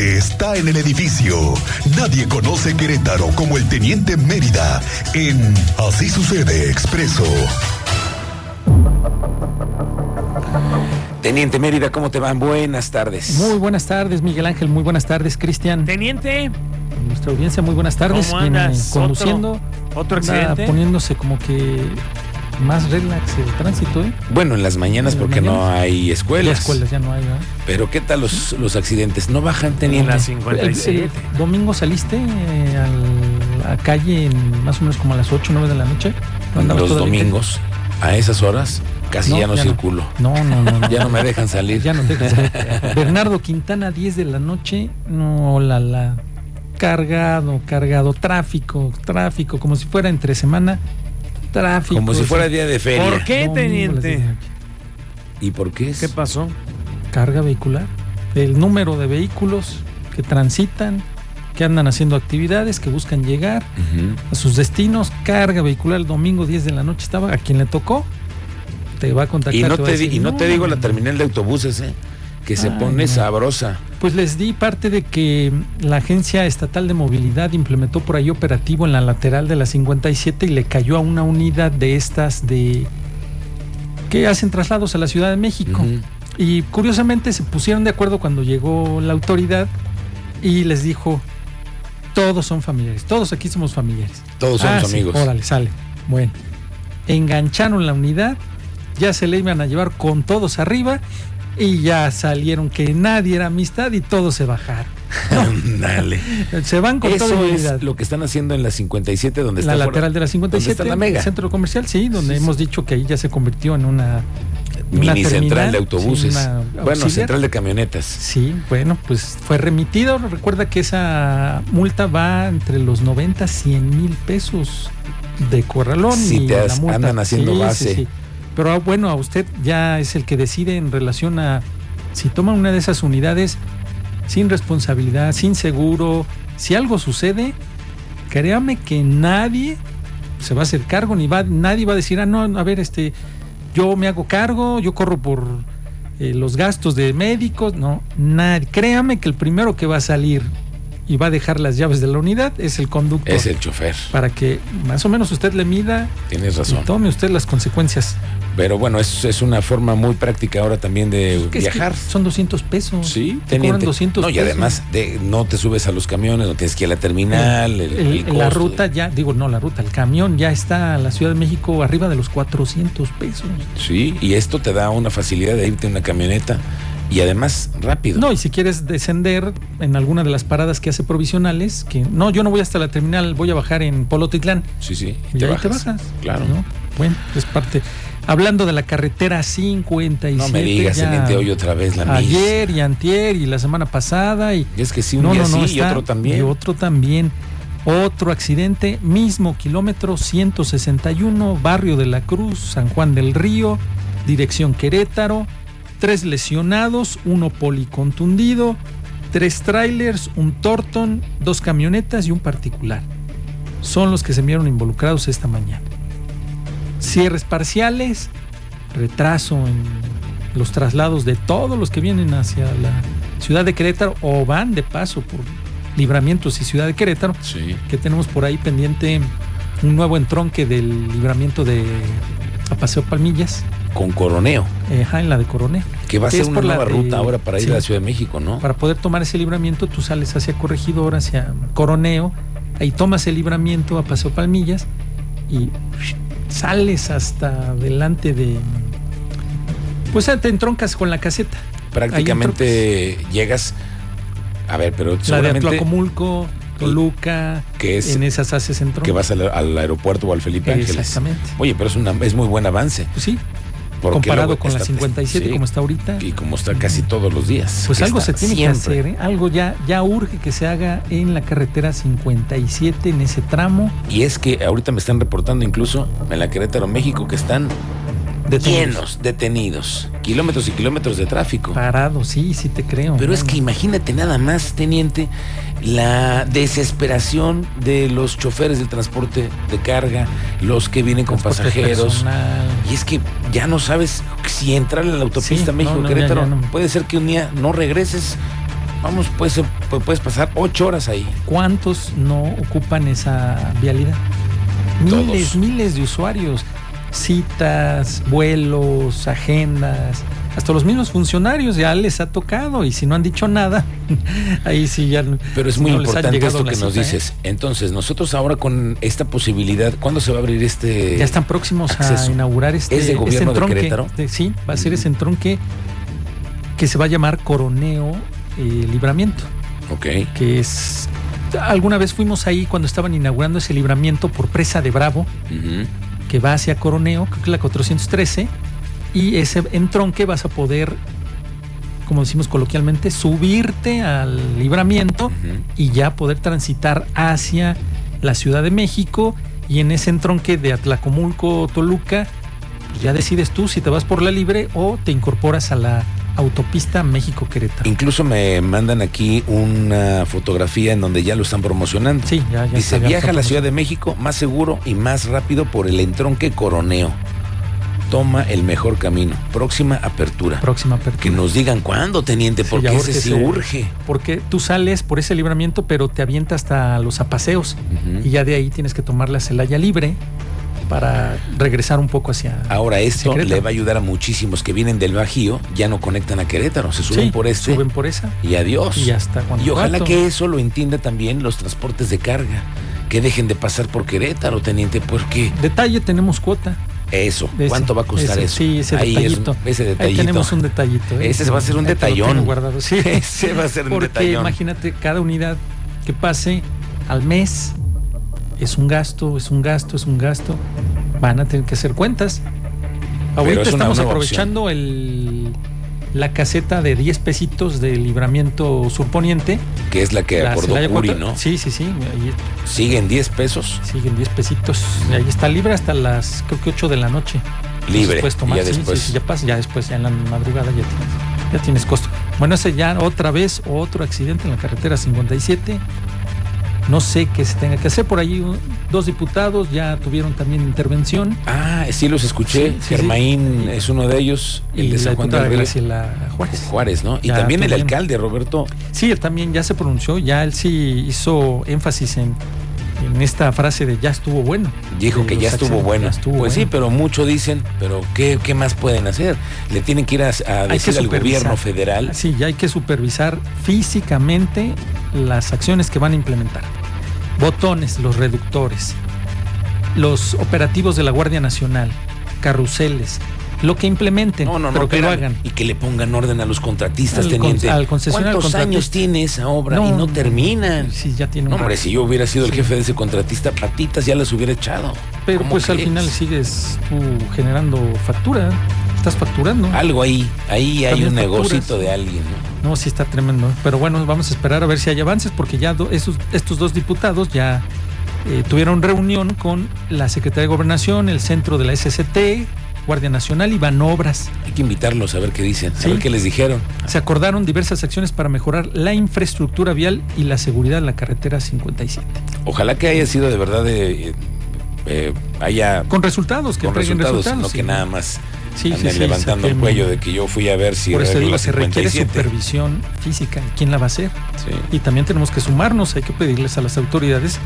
está en el edificio. Nadie conoce Querétaro como el Teniente Mérida en Así Sucede Expreso. Teniente Mérida, ¿cómo te van? Buenas tardes. Muy buenas tardes, Miguel Ángel. Muy buenas tardes, Cristian. Teniente, Nuestra audiencia, muy buenas tardes. ¿Cómo Viene andas? conduciendo. otro anda accidente. Poniéndose como que más relax el tránsito, ¿eh? Bueno, en las mañanas En las porque no mañanas. hay escuelas. Las escuelas ya no hay, ¿verdad? Pero ¿qué tal los, los accidentes? ¿No bajan En teniente? la El- el 57. domingo saliste eh, al- a la calle en más o menos como a las 8 o 9 de la noche. ¿No andabas Los todavía? domingos, a esas horas, casi ya no circulo. No, no, no. no. Ya no me dejan salir. Eh, Ya no te dejas salir. Bernardo Quintana, 10 de la noche. No, la, la. Cargado, cargado. Tráfico, tráfico. Como si fuera entre semana. Tráfico. Este, Como si fuera día de feria. ¿Por qué, Domingo, las diez de la teniente? noche. ¿Y por qué es? ¿Qué pasó? Carga vehicular. El número de vehículos que transitan, que andan haciendo actividades, que buscan llegar. Ujú. a sus destinos, carga vehicular el domingo 10 de la noche estaba, a quien le tocó, te va a contactar. Y no, va a te, di- decir, y no te digo la no". terminal de autobuses, ¿eh? que se Ay, pone no. sabrosa. Pues les di parte de que la Agencia Estatal de Movilidad implementó por ahí operativo en la lateral de la 57 y le cayó a una unidad de estas de que hacen traslados a la Ciudad de México. Ujú. Y curiosamente se pusieron de acuerdo cuando llegó la autoridad y les dijo, todos son familiares, todos aquí somos familiares. Todos somos Ah, sí, amigos. órale, sale. Bueno, engancharon la unidad, ya se le iban a llevar con todos arriba y ya salieron que nadie era amistad y todos se bajaron. Ándale. Se van con toda Eso la es unidad. lo que están haciendo en la 57, donde está La fuera- lateral de la donde 57, está la mega. el centro comercial, sí, donde Sí, hemos dicho que ahí ya se convirtió en una una Mini central terminal, de autobuses. sí, una bueno, auxiliar. central de camionetas. Sí, bueno, pues fue remitido. Recuerda que esa multa va entre los 90 100 mil pesos de corralón. Si y te la has- multa. andan haciendo base. Pero ah, bueno, a usted ya es el que decide en relación a si toma una de esas unidades sin responsabilidad, sin seguro, si algo sucede, créame que nadie se va a hacer cargo, ni va, nadie va a decir, ah, no, a ver, este, yo me hago cargo, yo corro por eh, los gastos de médicos, no, nadie. Créame que el primero que va a salir y va a dejar las llaves de la unidad es el conductor. Es el chofer. Para que más o menos usted le mida Tienes y razón. tome usted las consecuencias. Pero bueno, es, es una forma muy práctica ahora también de Que es que Eh, viajar. son 200 pesos. Sí, te cobran teniente. 200 No, y pesos. además de, no te subes a los camiones, no tienes que ir a la terminal. el- El- el la costo. ruta ya, digo, no la ruta, el camión ya está a la Ciudad de México arriba de los 400 pesos. Sí, y esto te da una facilidad de irte en una camioneta y además rápido. No, y si quieres descender en alguna de las paradas que hace provisionales, que no, yo no voy hasta la terminal, voy a bajar en Polotitlán. Sí, sí. Y ahí te bajas. Claro. ¿no? Bueno, es parte. Hablando de la carretera No, 57. me digas, ya teniente, hoy otra vez la misma. Ayer y antier y la semana pasada y Y es que sí, un día sí y está- otro también. Y otro también. Otro accidente, mismo kilómetro 161, barrio de la Cruz, San Juan del Río, dirección Querétaro. Tres lesionados, uno policontundido, tres trailers, un Torton, dos camionetas y un particular. Son los que se vieron involucrados esta mañana. Cierres parciales, retraso en los traslados de todos los que vienen hacia la ciudad de Querétaro o van de paso por libramientos y ciudad de Querétaro, Sí. que tenemos por ahí pendiente un nuevo entronque del libramiento de a Paseo Palmillas, Con coroneo, eh, ajá, en la de Coronel. que va a Que ser es una por la nueva de- ruta ahora para ir sí. a la Ciudad de México, ¿no? Para poder tomar ese libramiento, tú sales hacia Corregidor, hacia Coroneo, ahí tomas el libramiento a Paseo Palmillas y sales hasta delante de. Pues te entroncas con la caseta. Prácticamente llegas. A ver, pero pues. La de seguramente Tlacomulco, Toluca, que es en esas haces entroncas. que vas al, al aeropuerto o al Felipe Ángeles. Exactamente. Oye, pero es, una, es muy buen avance. Pues sí, porque comparado luego con la está- pues, 57 sí, como está ahorita. Y como está casi todos los días. Pues que algo se está tiene que siempre. hacer, ¿eh? algo ya, ya urge que se haga en la carretera 57, en ese tramo Y es que ahorita me están reportando incluso en la Querétaro, México, que están de llenos, detenidos, kilómetros y kilómetros de tráfico. Parado, sí, sí te creo. Pero es Bueno, que imagínate nada más, teniente, la desesperación de los choferes del transporte de carga, los que vienen con transporte pasajeros. personal. Y es que ya no sabes si entrar en la autopista Sí, no, no, ya, México-Querétaro. ya no. Puede ser que un día no regreses Vamos, pues, eh, pu- puedes pasar ocho horas ahí. ¿Cuántos no ocupan esa vialidad? Todos. Miles, miles de usuarios. Citas, vuelos, agendas. Hasta los mismos funcionarios ya les ha tocado y si no han dicho nada, ahí sí ya no- Pero es si muy no les han importante llegado esto la que nos cita, ¿eh? dices. Entonces, nosotros ahora con esta posibilidad, ¿cuándo se va a abrir este? Ya están próximos acceso. a inaugurar este, ¿Es de gobierno este de entronque. Querétaro? De- sí, va a ser Mm. ese entronque que se va a llamar Coroneo eh, Libramiento, Ok. que es... Alguna vez fuimos ahí cuando estaban inaugurando ese libramiento por Presa de Bravo, Ujú. que va hacia Coroneo, creo que la 413, y ese entronque vas a poder, como decimos coloquialmente, subirte al libramiento Ujú. y ya poder transitar hacia la Ciudad de México y en ese entronque de Atlacomulco, Toluca, pues ya decides tú si te vas por la libre o te incorporas a la autopista México-Querétaro. Incluso me mandan aquí una fotografía en donde ya lo están promocionando. Sí, ya, ya Dice, está, ya viaja a está. la Ciudad de México más seguro y más rápido por el entronque coroneo. Toma el mejor camino. Próxima apertura. Próxima apertura. Que nos digan cuándo, teniente, Sí, porque ya ese urge, sí sí. urge. Porque tú sales por ese libramiento, pero te avienta hasta los apaseos. Ujú. Y ya de ahí tienes que tomar la Celaya libre para regresar un poco hacia. Ahora esto Secreto. le va a ayudar a muchísimos que vienen del Bajío, ya no conectan a Querétaro, se suben Sí, por este Suben por esa. y adiós. Y hasta cuando. Y ojalá que eso lo entienda también los transportes de carga, que dejen de pasar por Querétaro, teniente, porque Detalle: tenemos cuota. eso, de ese, ¿cuánto va a costar ese, eso? Sí, ese Ahí es- detallito. ese Ahí detallito. tenemos un detallito. ¿eh? Ese va a ser un Ahí te lo detallón. tengo guardado, sí. Ese va a ser un Porque detallón. imagínate, cada unidad que pase al mes es un gasto, es un gasto, es un gasto. Van a tener que hacer cuentas. Ahorita es una estamos nueva aprovechando el, la caseta de 10 pesitos de libramiento surponiente. que es la que la acordó Celaya Curi, cuatro- ¿no? Sí, sí, sí. Ahí Siguen 10 pesos siguen 10 pesitos. Ahí está libre hasta las, creo que 8 de la noche. libre. Puedes tomar, y ya sí, sí, después. sí, ya pasa, ya después, ya en la madrugada ya tienes, ya tienes costo. Bueno, ese ya otra vez, otro accidente en la carretera 57. No sé qué se tenga que hacer. Por ahí uh, dos diputados ya tuvieron también intervención. Ah, sí los escuché. Sí, sí, sí. Germaín es uno de ellos, el Y de la San Juan de diputada Aragón. Graciela Juárez. Juárez, ¿no? Y Ya también el tuvieron. alcalde, Roberto. Sí, él también ya se pronunció, ya él sí hizo énfasis en, en esta frase de ya estuvo bueno. Dijo De que ya los estuvo accidentes, bueno. ya estuvo pues sí, bueno. pero mucho dicen, pero ¿qué, qué más pueden hacer? Le tienen que ir a, a Hay que decir al supervisar. gobierno federal. Sí, ya hay que supervisar físicamente las acciones que van a implementar. Botones, los reductores, los operativos de la Guardia Nacional, carruseles, lo que implementen, No, no, no, pero que lo espérame. hagan. Y que le pongan orden a los contratistas, Al con- teniente. al concesionario, ¿Cuántos al años contratista? tiene esa obra y no terminan? Sí, ya tiene No, un hombre, rato. si yo hubiera sido el Sí. jefe de ese contratista, patitas ya las hubiera echado. Pero ¿Cómo pues al crees? final sigues tú generando factura, estás facturando. Algo ahí, ahí hay También un facturas. negocito de alguien, ¿no? No, sí está tremendo. Pero bueno, vamos a esperar a ver si hay avances, porque ya do- esos, estos dos diputados ya eh, tuvieron reunión con la Secretaría de Gobernación, el centro de la SCT, Guardia Nacional y Banobras. Hay que invitarlos a ver qué dicen, a Sí. ver qué les dijeron. Se acordaron diversas acciones para mejorar la infraestructura vial y la seguridad en la carretera 57. Ojalá que haya sido de verdad de. eh, eh, haya Con resultados, que con entreguen resultados, resultados. no sí. que nada más Sí, sí, anden sí, levantando el saquen- cuello de que yo fui a ver si Por eso arreglo digo, la se requiere 57. supervisión física. ¿Y quién la va a hacer? Sí. Y también tenemos que sumarnos, hay que pedirles a las autoridades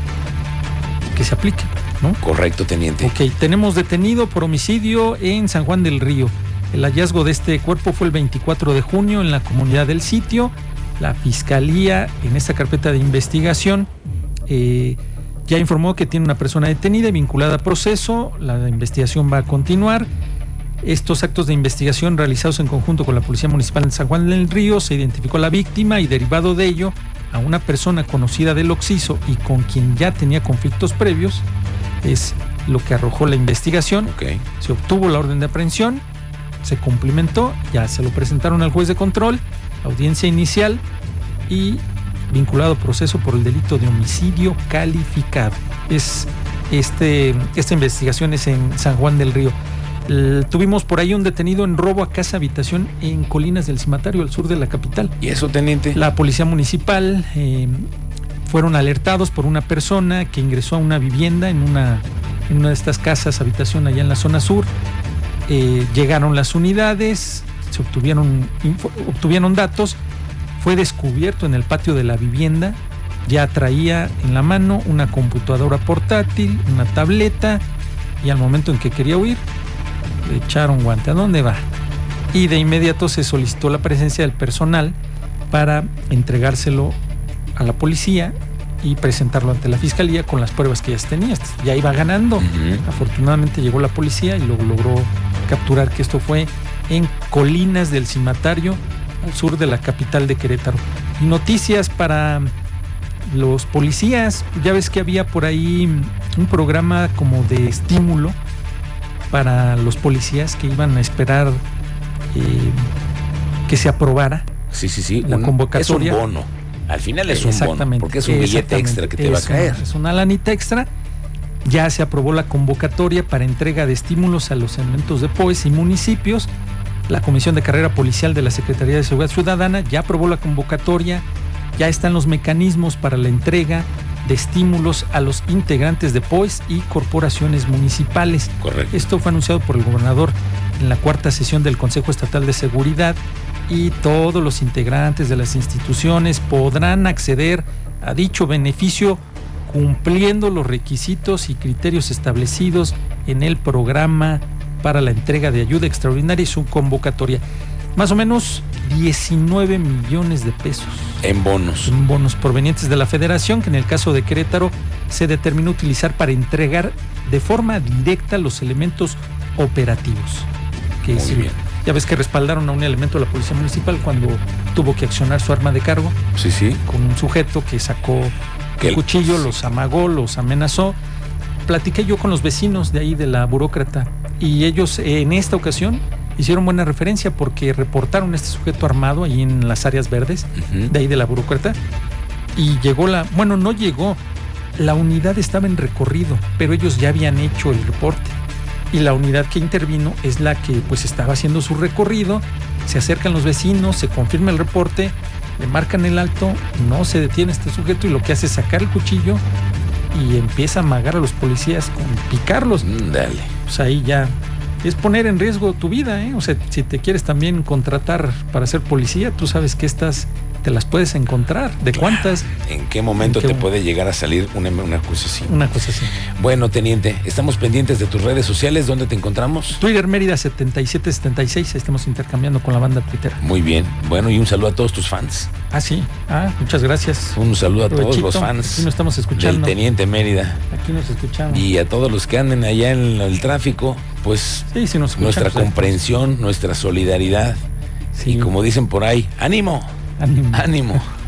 que se apliquen, ¿no? Correcto, teniente. Ok, tenemos detenido por homicidio en San Juan del Río. El hallazgo de este cuerpo fue el 24 de junio en la comunidad del sitio. La fiscalía, en esta carpeta de investigación, eh, ya informó que tiene una persona detenida y vinculada a proceso. La investigación va a continuar. Estos actos de investigación realizados en conjunto con la Policía Municipal en San Juan del Río se identificó a la víctima y derivado de ello a una persona conocida del Oxiso y con quien ya tenía conflictos previos. Es lo que arrojó la investigación. Ok. Se obtuvo la orden de aprehensión, se cumplimentó, ya se lo presentaron al juez de control, audiencia inicial y vinculado a proceso por el delito de homicidio calificado. Es este, esta investigación es en San Juan del Río. L- tuvimos por ahí un detenido en robo a casa habitación en Colinas del Cimatario, al sur de la capital. ¿Y eso, teniente? La policía municipal eh, fueron alertados por una persona que ingresó a una vivienda en una, en una de estas casas, habitación allá en la zona sur. Eh, llegaron las unidades, se obtuvieron, info- obtuvieron datos Fue descubierto en el patio de la vivienda. Ya traía en la mano una computadora portátil, una tableta y al momento en que quería huir, le echaron guante. ¿A dónde va? Y de inmediato se solicitó la presencia del personal para entregárselo a la policía y presentarlo ante la fiscalía con las pruebas que ya tenía. Ya iba ganando. Ujú. Afortunadamente llegó la policía y lo logró capturar que esto fue en Colinas del Cimatario, al sur de la capital de Querétaro. Y noticias para los policías. Ya ves que había por ahí un programa como de estímulo para los policías que iban a esperar eh, que se aprobara Sí, sí, sí. La un- convocatoria. Es un bono. Al final es un bono. Porque es un billete exactamente. extra que te va a Es una- caer. Es una lanita extra. Ya se aprobó la convocatoria para entrega de estímulos a los elementos de POES y municipios. La Comisión de Carrera Policial de la Secretaría de Seguridad Ciudadana ya aprobó la convocatoria. Ya están los mecanismos para la entrega de estímulos a los integrantes de POES y corporaciones municipales. Correcto. Esto fue anunciado por el gobernador en la cuarta sesión del Consejo Estatal de Seguridad y todos los integrantes de las instituciones podrán acceder a dicho beneficio cumpliendo los requisitos y criterios establecidos en el programa para la entrega de ayuda extraordinaria y su convocatoria. Más o menos 19 millones de pesos En bonos. son bonos provenientes de la federación que en el caso de Querétaro se determinó utilizar para entregar de forma directa los elementos operativos. Que Muy sirven. bien. Ya ves que respaldaron a un elemento de la Policía Municipal cuando tuvo que accionar su arma de cargo Sí, sí. con un sujeto que sacó Que- el cuchillo, pues. los amagó, los amenazó. Platiqué yo con los vecinos de ahí de la burócrata y ellos eh, en esta ocasión hicieron buena referencia porque reportaron a este sujeto armado ahí en las áreas verdes Ujú. de ahí de la burócrata. Y llegó la, bueno, no llegó, la unidad estaba en recorrido, pero ellos ya habían hecho el reporte. Y la unidad que intervino es la que pues estaba haciendo su recorrido, se acercan los vecinos, se confirma el reporte, le marcan el alto, no se detiene este sujeto y lo que hace es sacar el cuchillo y empieza a amagar a los policías con picarlos Mm, Dale. pues ahí ya es poner en riesgo tu vida, ¿eh? O sea, si te quieres también contratar para ser policía, tú sabes que estas te las puedes encontrar. ¿De cuántas? ¿En qué momento ¿En qué te mo- puede llegar a salir una, una cosa así? Una cosa así. Bueno, teniente, estamos pendientes de tus redes sociales. ¿Dónde te encontramos? Twitter Mérida 7776, estamos intercambiando con la banda Twitter. Muy bien. Bueno, y un saludo a todos tus fans. Ah, sí. Ah, muchas gracias. Un saludo a todos Provechito. los Aquí nos fans estamos del escuchando. Ah. teniente Mérida. Aquí nos escuchamos. Y a todos los que anden allá en el tráfico, pues sí, sí nos escuchan, nuestra pues, comprensión, nuestra solidaridad. Sí, Y como dicen por ahí, ánimo, ánimo. ánimo.